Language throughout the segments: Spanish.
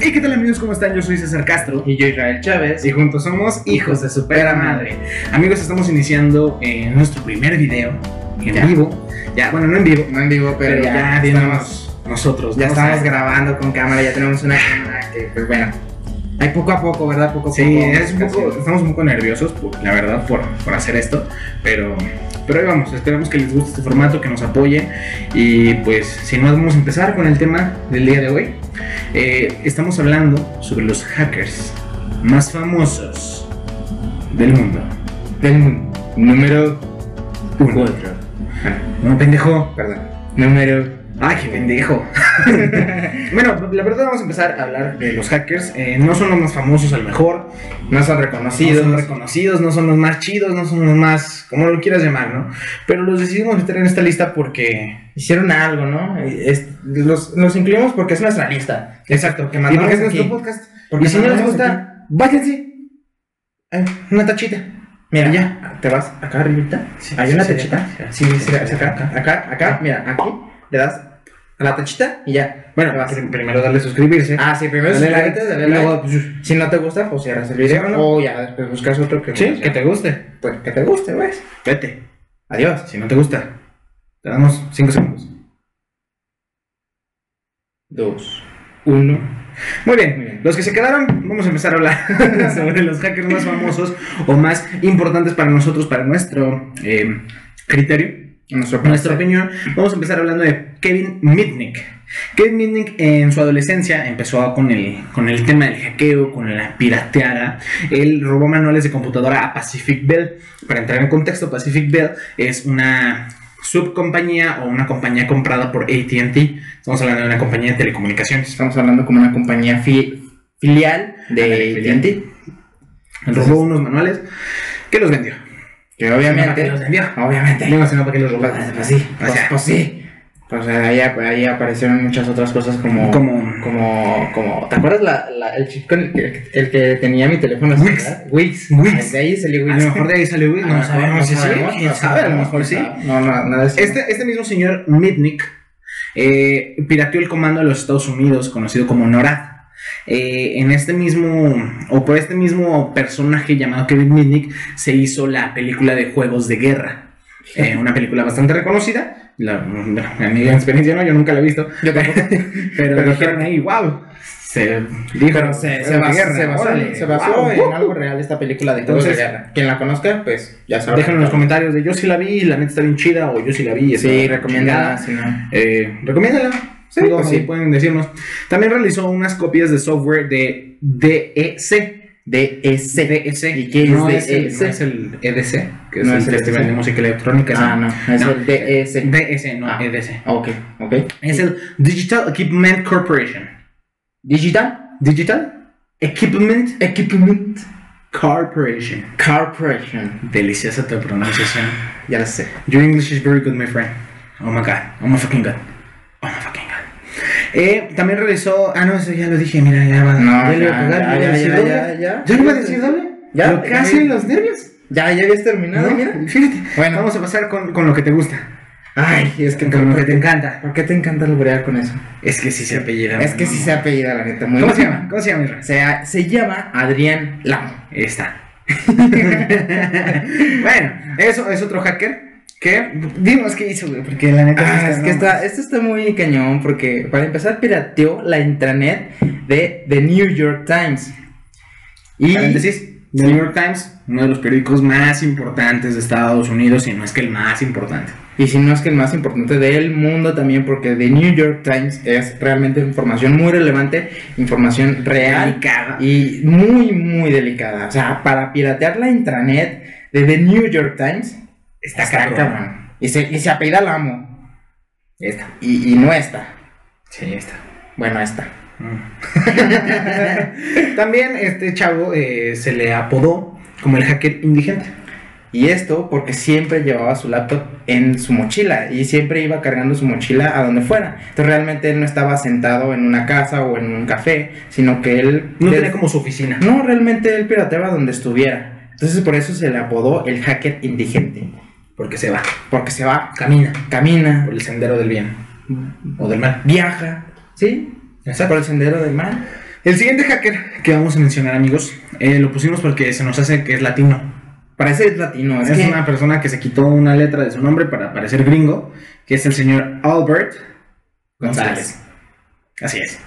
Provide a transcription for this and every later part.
¿Y qué tal amigos? ¿Cómo están? Yo soy César Castro Y yo, Israel Chávez. y juntos somos Hijos de Su Pera Madre. Amigos, estamos iniciando eh, nuestro primer video en Ya. vivo. Ya, bueno, no en vivo, No en vivo, pero, ya, estamos, estamos nosotros. pues, ya ¿no? estamos O sea, grabando con cámara, ya tenemos una cámara que, pues bueno, hay poco a poco, ¿verdad? Poco a Sí, poco. es un poco, estamos un poco nerviosos, por- la verdad, por, por hacer esto, pero, pero ahí vamos, esperamos que les guste este formato, que nos apoyen y pues sin más vamos a empezar con el tema del día de hoy. Eh, estamos hablando sobre los hackers más famosos del mundo. Del mundo. Número Uno. No, pendejo. Perdón. Número. Ay, qué pendejo. bueno, la verdad vamos a empezar a hablar de los hackers. Eh, no son los más famosos a lo mejor, No son no reconocidos. son reconocidos, no son los más chidos, no son los más, como lo quieras llamar, ¿no? Pero los decidimos meter en esta lista porque... Hicieron algo, ¿no? Es- los, los incluimos porque es nuestra lista. Exacto, que mandamos porque es nuestro aquí. podcast. Porque y si no les mandamos gusta, bájense. Eh, una tachita. Mira, Ya. ya. Te vas acá arribita. Hay una tachita. Sí, sí, sí, acá, acá, acá, acá, mira, aquí le das a la tachita y ya. Bueno, te vas. prim- primero darle suscribirse. Ah, sí, primero Dale suscríbete, like, dale y like. luego, pues, Si no te gusta, pues cierras el video Sí, ¿no? o ya después buscas otro que, sí, que te guste. pues, que te guste, pues. Vete. Adiós. Si no te gusta, te damos 5 segundos. Dos, uno. Muy bien, Muy bien. los que se quedaron, vamos a empezar a hablar sobre los hackers más famosos o más importantes para nosotros, para nuestro eh, criterio, Nuestro nuestra opinión. Vamos a empezar hablando de Kevin Mitnick. Kevin Mitnick eh, en su adolescencia empezó con el, con el tema del hackeo, con la pirateada. Él robó manuales de computadora a Pacific Bell. Para entrar en contexto, Pacific Bell es una subcompañía o una compañía comprada por ATT. Estamos hablando de una compañía de telecomunicaciones. Estamos hablando como una compañía fi- filial Ándale, de filial. AT&T. robó unos manuales que los vendió. Que No, obviamente. los vendió. Obviamente. Digo, si no, ¿para qué los robó? Pues, pues sí, O sea, pues, pues sí. Pues ahí, ap- ahí aparecieron muchas otras cosas como. como... Como, como, ¿te acuerdas la, la- el chip con el que, el que tenía mi teléfono? Wix. celular? Wix. Wix. De ahí salió A Wix. lo mejor de ahí salió Wix, A no lo mejor, sabemos si sí, sabemos, quién no sabe, a lo sabemos, mejor sí. No, no, nada de eso. Este, este mismo señor Mitnick eh, pirateó el comando de los Estados Unidos, conocido como NORAD. Eh, en este mismo, o por este mismo personaje llamado Kevin Mitnick, se hizo la película de Juegos de Guerra. Eh, una película bastante reconocida. La, a mi experiencia no, yo nunca la he visto. Yo tampoco. Pero, Pero dijeron ahí, wow. Se dijo. Pero se, "Juegos de se basó, guerra, se basó- órale, se basó guau, en guau". algo real esta película de Juegos Entonces- de Guerra. Quien la conozca, pues ya sabrá. Déjenlo en los comentarios de yo sí la vi y la neta está bien chida o yo sí la vi. y está Sí, chingada". recomiéndala, si no. Eh, recomiéndala. Sí, Digo, pues ahí sí. pueden decirnos. También realizó unas copias de software de E DEC. DSC. DEC. E ¿Y qué es E no el- DEC? no es el EDC, que es No el es el Festival EDC. de Música Electrónica. Ah, no, es No. el DSC. DEC, E no Ah. EDC. Ok, ok. Es el Digital Equipment Corporation. Digital Digital Equipment Equipment Corporation. Corporation. Deliciosa tu pronunciación. Ya lo sé. Your English is very good, my friend. Oh my god. Oh my fucking god. Oh my fucking god. Eh, también realizó. Ah, no, eso ya lo dije. Mira, ya va. No, ya, le iba a ya, pegar, ya, ya, iba a ya, decir ya, doble. ya, ya. ¿Ya le iba a decir doble? Ya, Lo ya. casi los nervios. Ya, ya habías terminado, ¿no? mira. Fíjate. Bueno. Vamos a pasar con, con lo que te gusta. Ay, es que Con lo que te encanta. ¿Por qué te encanta lograr con eso? Es que sí se apellida. Es que ¿no? sí se apellida, la neta. Muy ¿Cómo se bien. llama? ¿Cómo se llama, Israel? Se, se llama Adrián Lamo. Esta. bueno, eso es otro hacker. Que dimos qué hizo, güey, porque la neta sí Ah, es no que mames. está, esto está muy cañón porque para empezar pirateó la intranet de The New York Times. Y Paréntesis. The New York Times, uno de los periódicos más importantes de Estados Unidos, y no es que el más importante. Y si no es que el más importante del mundo también, porque The New York Times es realmente información muy relevante, información real Delicada. y muy, muy delicada. O sea, para piratear la intranet de The New York Times, Está está caro. cabrón. Y se, y se apellida Lamo. Esta. Y, y no está. Sí, esta. Bueno, está. Mm. También este chavo eh, se le apodó como el hacker indigente. Y esto porque siempre llevaba su laptop en su mochila y siempre iba cargando su mochila a donde fuera. Entonces realmente él no estaba sentado en una casa o en un café, sino que él... No él- tenía como su oficina. No, realmente él pirateaba donde estuviera. Entonces por eso se le apodó el hacker indigente. Porque se va, Porque se va, camina camina, por el sendero del bien o del mal. viaja, ¿sí? Exacto. Por el sendero del mal. El siguiente hacker que vamos a mencionar, amigos, eh, lo pusimos porque se nos hace que es latino. Parece es latino, Es, es, que una persona que se quitó una letra de su nombre para parecer gringo, que es el señor Albert González. Así es.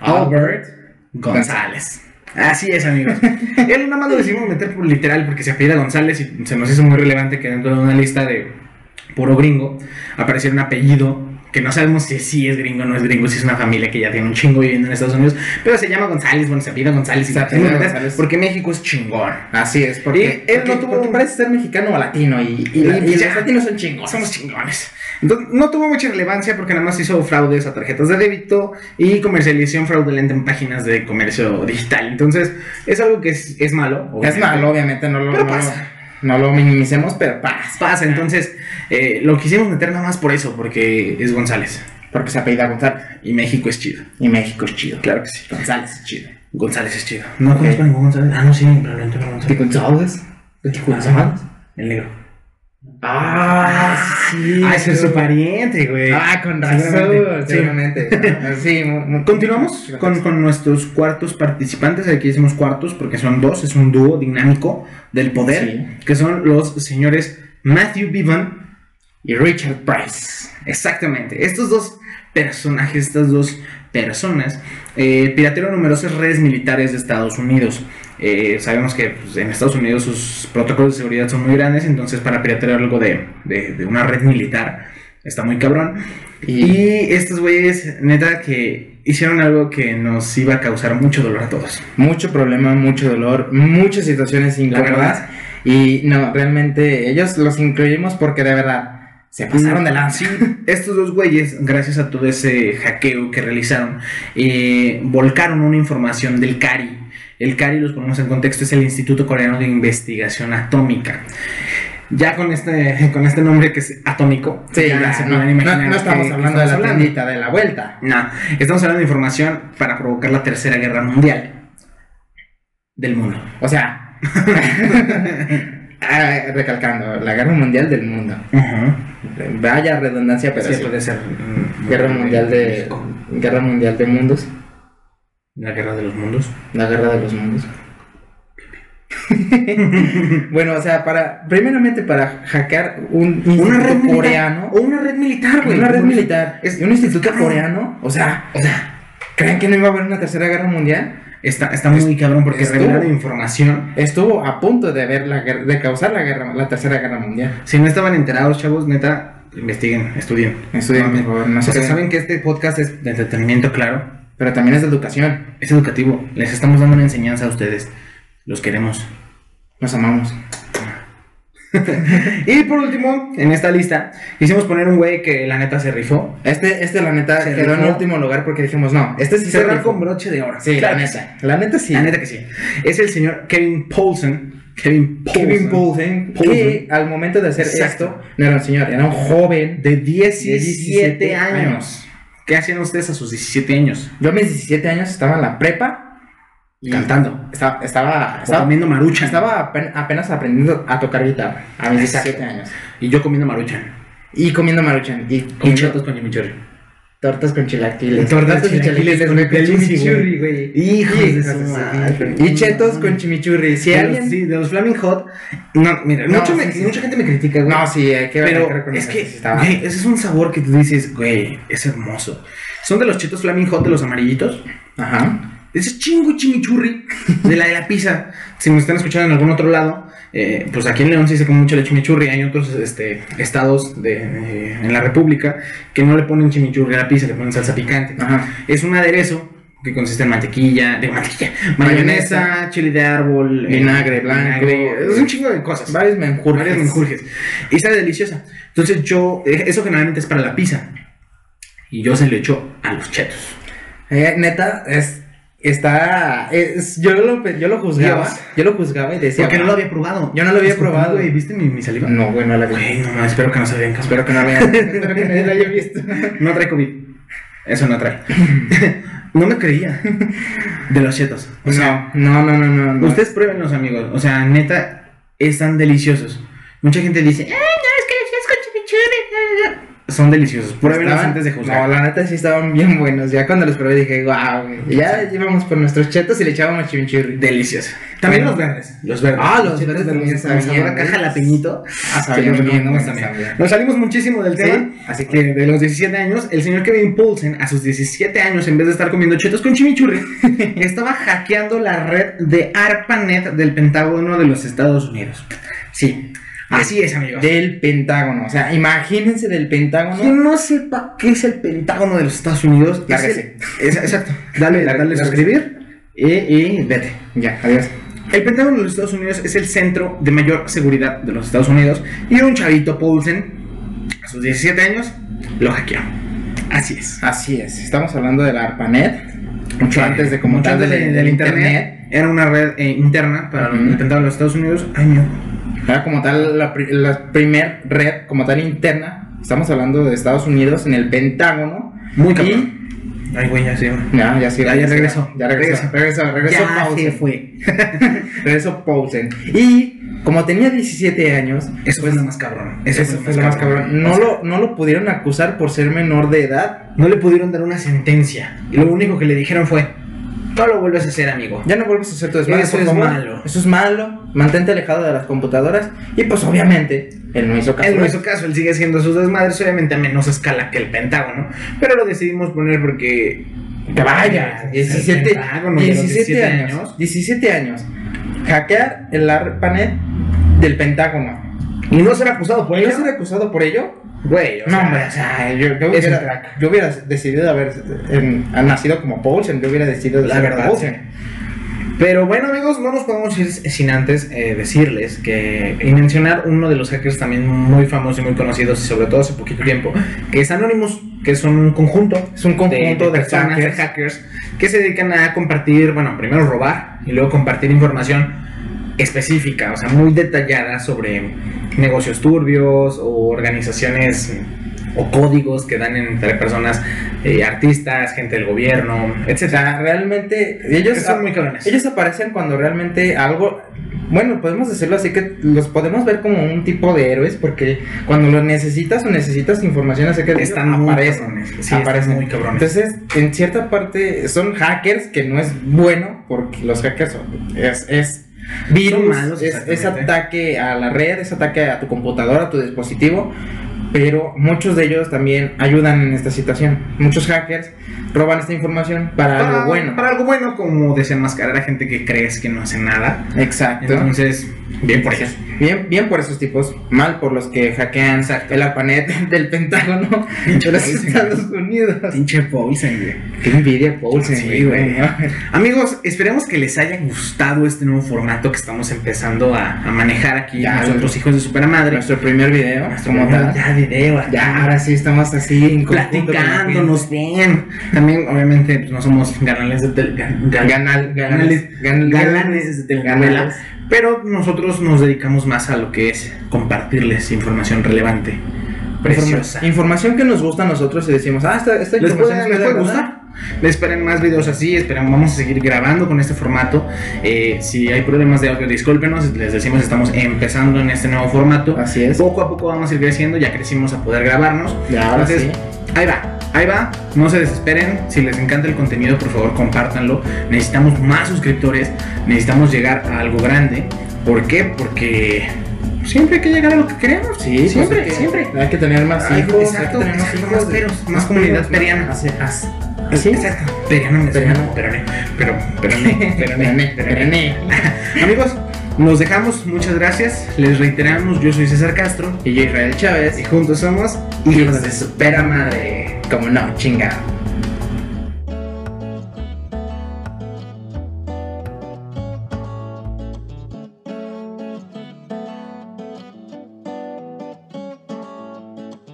Albert González. Así es, amigos. Él nada más lo decidimos meter por literal porque se apellida González y se nos hizo muy relevante que dentro de una lista de puro gringo apareciera un apellido que no sabemos si, si es gringo o no es gringo, si es una familia que ya tiene un chingo viviendo en Estados Unidos, pero se llama González, bueno, se apellida González y Se se apellida apellida González. porque México es chingón. Así es, porque Y él no porque- tuvo porque un- parece ser mexicano o latino y, y- Y- y y ya. los latinos son chingos. Somos chingones. Entonces, no tuvo mucha relevancia porque nada más hizo fraudes a tarjetas de débito y comercialización fraudulenta en páginas de comercio digital. Entonces, es algo que es, es malo. Es obviamente. malo, obviamente, no lo, Pero no, pasa. lo- no lo minimicemos, pero pasa. Pasa, entonces, eh, lo quisimos meter nada más por eso, porque es González. Porque se apellida González. Y México es chido. Y México es chido. Claro que sí. González es chido. González es chido. No conozco a ningún González. Ah, no, sí, probablemente no ¿Te González. González? ¿Te González? El negro. Ah, sí. ah, ese es su pariente, güey. Ah, con razón. Seguramente. Seguramente. Sí, muy- muy- Continuamos con, con nuestros cuartos participantes. Aquí decimos cuartos porque son dos, es un dúo dinámico del poder, que son los señores Matthew Bevan. Y Richard Price. Exactamente, estos dos personajes, estas dos personas, eh, piratearon numerosas redes militares de Estados Unidos. Eh, sabemos que pues, en Estados Unidos sus protocolos de seguridad son muy grandes, entonces para piratear algo de, de- de una red militar está muy cabrón. Y, Y estos güeyes, neta, que hicieron algo que nos iba a causar mucho dolor a todos. mucho problema, mucho dolor, muchas situaciones incómodas. verdad. Y no, realmente ellos los incluimos porque de verdad se pasaron de lanza. Mm. Sí, estos dos güeyes, gracias a todo ese hackeo que realizaron, eh, volcaron una información del CARI. El CARI, los ponemos en contexto, es el Instituto Coreano de Investigación Atómica. Ya con este, con este nombre que es atómico, Sí, ya ya, se no, pueden no, imaginar no qué- estamos qué hablando de la hablando. tiendita de la vuelta. No, estamos hablando de información para provocar la Tercera Guerra Mundial del mundo. O sea, ah, recalcando, la guerra mundial del mundo. Vaya redundancia, pero Sí, sí. puede ser. mm, Guerra de- mundial de México. guerra mundial de mundos, La guerra de los mundos. la guerra de los mundos. bueno, o sea, para primeramente para hackear un Una red instituto militar. coreano, O una red militar, güey. una red militar, Es- y un instituto cabrón. coreano, o sea, o sea, ¿creen que no iba a haber una tercera guerra mundial? Está, está muy cabrón porque estuvo. revelaron información. Estuvo a punto de haber la guer- de causar la guerra, la tercera guerra mundial. Si no estaban enterados, chavos, neta, investiguen, estudien. Estudien, por favor, no O se sea, queden. saben que este podcast es de entretenimiento, claro. Pero también es de educación. Es educativo. Les estamos dando una enseñanza a ustedes. Los queremos. Nos amamos. Y por último, en esta lista, quisimos poner un güey que la neta se rifó. Este, este la neta, Se quedó en rifó. último lugar porque dijimos, no, este sí se Cerrar rifó. con broche de oro. Sí, Claro la que neta. La neta sí. La neta que sí. Es el señor Kevin Paulson. Kevin Paulson. Kevin Poulsen, Poulsen. que al momento de hacer Exacto. esto, no era un señor, era un joven. De 17, 17 años. años. ¿Qué hacían ustedes a sus 17 años? Yo a mis 17 años estaba en la prepa. y Cantando. Estaba, estaba, O estaba, comiendo maruchan. estaba apen- apenas aprendiendo a tocar guitarra a mis Exacto. 17 años. Y yo comiendo maruchan. Y comiendo maruchan. Y Con comiendo chetos con chimichurri. tortas con chilaquiles. Tortas con y chilaquiles con chimichurri, güey. Hijos de Hijos su de su madre. madre. Y chetos con chimichurri. Si De los- alguien Sí, de los Flaming Hot. No, mira, No, mucho sí, me- sí. mucha gente me critica, güey. No, sí, hay que hay que pero es reconocer que, sí estaba. güey, ese es un sabor que tú dices, güey, es hermoso. Son de los chetos Flaming Hot de los amarillitos. Ajá. Ese es chingo chimichurri de la de la pizza. Si me están escuchando en algún otro lado, eh, pues aquí en León sí se come mucho la chimichurri. Hay otros este, estados de, eh, en la República que no le ponen chimichurri a la pizza, le ponen salsa picante. Ajá. Es un aderezo que consiste en mantequilla, de mantequilla, Mayonesa, mayonesa, chile de árbol, eh, vinagre blanco, vinagre, es un chingo de cosas. Varios menjurjes. Varias menjurjes. Y sabe deliciosa. Entonces yo, eh, eso generalmente es para la pizza. Y yo se lo echo a los chetos. Eh, neta, es. Está. es- yo, lo, yo lo juzgaba. Dios. Yo lo juzgaba y decía. Porque no lo había probado. Yo no lo había Disculpa, probado. güey, ¿viste mi, mi saliva? No, güey, no la vi. Güey, no, mames, espero que no se vean caso. Espero que no la vean. Espero que nadie la haya visto. No trae COVID. Eso no trae. no me creía. De los chetos. O sea, no, no, no, no. no. ustedes pruébenlos, amigos. O sea, neta, están deliciosos. Mucha gente dice, ¡ay, no, es que los chetos con chimichurri". son deliciosos. Pruébenlos Estaban- antes de No, juzgar. la neta sí estaban bien buenos. Ya cuando los probé dije, wow, ya íbamos por nuestros chetos y le echábamos chimichurri. Deliciosos. También Bueno. los verdes. Los verdes. Ah, los verdes también Sabor sabían, a caja güey. lapeñito. Ah, que sabían los bien, recomendamos buenos, también. sabían. Nos salimos muchísimo del Sí, tema. así que que de los 17 años, el señor Kevin Poulsen, a sus 17 años, en vez de estar comiendo chetos con chimichurri, estaba hackeando la red de ARPANET del Pentágono de los Estados Unidos. Sí, así es, amigos. del Pentágono, o sea, imagínense del Pentágono. Quien no sepa qué es el Pentágono de los Estados Unidos, es Lárguese. el- es- exacto. Dale, Lárguese. dale suscribir y, y vete. Ya, adiós. El Pentágono de los Estados Unidos es el centro de mayor seguridad de los Estados Unidos y un chavito Poulsen, a sus 17 años, lo hackeó. Así es. Así es, estamos hablando de la ARPANET, mucho antes de como Mucho tal antes del, de- del internet. Era una red eh, interna para Ujú. el Pentágono de los Estados Unidos. Ay, mío. Era como tal la, pri- la primer red como tal interna. Estamos hablando de Estados Unidos en el Pentágono. Muy Y- cabrón. Ay, güey, ya se Ya, ya sí, Ya, ya regresó. Ya regresó. Regresó, regresó Ya Paulsen. se fue. Regresó Poulsen. Y como tenía 17 años, Eso fue lo más cabrón. eso, fue lo más cabrón. No, lo, no lo pudieron acusar por ser menor de edad. No le pudieron dar una sentencia. Y lo único que le dijeron fue: No lo vuelves a hacer, amigo. Ya no vuelvas a hacer tu desmadre, Eso por es favor. malo. Eso es malo. Mantente alejado de las computadoras. Y pues obviamente, él no hizo caso. Él no hizo caso, él sigue haciendo sus desmadres, obviamente a menos escala que el Pentágono. Pero lo decidimos poner porque. Que vaya, Es el 17, Pentágono de los 17 años. 17 años. Hackear el ARPANET del Pentágono. Y no será acusado por ¿Podría ello. ser acusado por ello? Güey, o No, sea, hombre, o sea, yo, yo es hubiera, un crack. yo hubiera decidido haber em, nacido como Paulsen, yo hubiera decidido La ser verdad, Paulsen. Pero bueno amigos, no nos podemos ir sin antes eh, decirles que y mencionar uno de los hackers también muy famosos y muy conocidos y sobre todo hace poquito tiempo, que es Anonymous, que son un conjunto, Es un de- conjunto de, personas, hackers. de hackers, que se dedican a compartir, bueno, primero robar y luego compartir información específica, o sea, muy detallada sobre negocios turbios o organizaciones o códigos que dan entre personas, eh, artistas, gente del gobierno, O etc. sea, realmente ellos, Son muy cabrones. ellos aparecen cuando realmente algo... Bueno, podemos decirlo así que los podemos ver como un tipo de héroes porque cuando los necesitas o necesitas información acerca de Están ellos, muy aparecen. cabrones. Sí, aparecen. están muy cabrones. Entonces, en cierta parte son hackers que no es bueno porque los hackers son- es, es virus, malos, es, es exactamente. ataque a la red, es ataque a tu computadora, a tu dispositivo. Pero muchos de ellos también ayudan en esta situación. Muchos hackers roban esta información para, algo bueno. Para algo bueno, como desenmascarar a gente que crees que no hace nada. Exacto. Entonces, bien por ellos. Bien, bien por esos tipos, mal por los que hackean Exacto. el ARPANET del Pentágono Pinche de los Paulsen. Estados Unidos. Pinche Paulsen, güey. Qué envidia, Paulsen, Sí, güey, güey. ¿no? Amigos, esperemos que les haya gustado este nuevo formato que estamos empezando a, a manejar aquí Ya, nosotros, hijos de Superamadre. Nuestro primer video, como primer- tal. ya video, aquí. Ya, ahora sí estamos así en conjunto con la platicándonos bien. También, obviamente, pues, no somos ganales de tel- gan- gente. gan- Ganal, Ganales. ganales, ganales, galanes de telenovela. ganales. Pero nosotros nos dedicamos más a lo que es compartirles información relevante, preciosa. Informa- información que nos gusta a nosotros y decimos, ah, esta, esta Les información puede, les es puede verdad. gustar. Esperen más videos así, esperen, vamos a seguir grabando con este formato. Eh, si hay problemas de audio, discúlpenos, les decimos estamos empezando en este nuevo formato. Así es. Poco a poco vamos a ir creciendo, ya crecimos a poder grabarnos. Ya, ahora Entonces, sí. Ahí va, ahí va. No se desesperen. Si les encanta el contenido, por favor, compártanlo. Necesitamos más suscriptores. Necesitamos llegar a algo grande. ¿Por qué? Porque siempre hay que llegar a lo que queremos. Sí, siempre, pues, hay que- siempre. Hay que tener más Ay, hijos, exacto, hay que tener más exacto, hijos. más peros, más comunidad peros, periana. Así, así. así. Exacto. Periano me suena, Periano. perone, pero, perone, perone, Perene, perone. perene. Amigos, nos dejamos. Muchas gracias. Les reiteramos, yo soy César Castro. Y yo, Israel Chávez, Y juntos somos hijos de supera madre. Como no, chinga.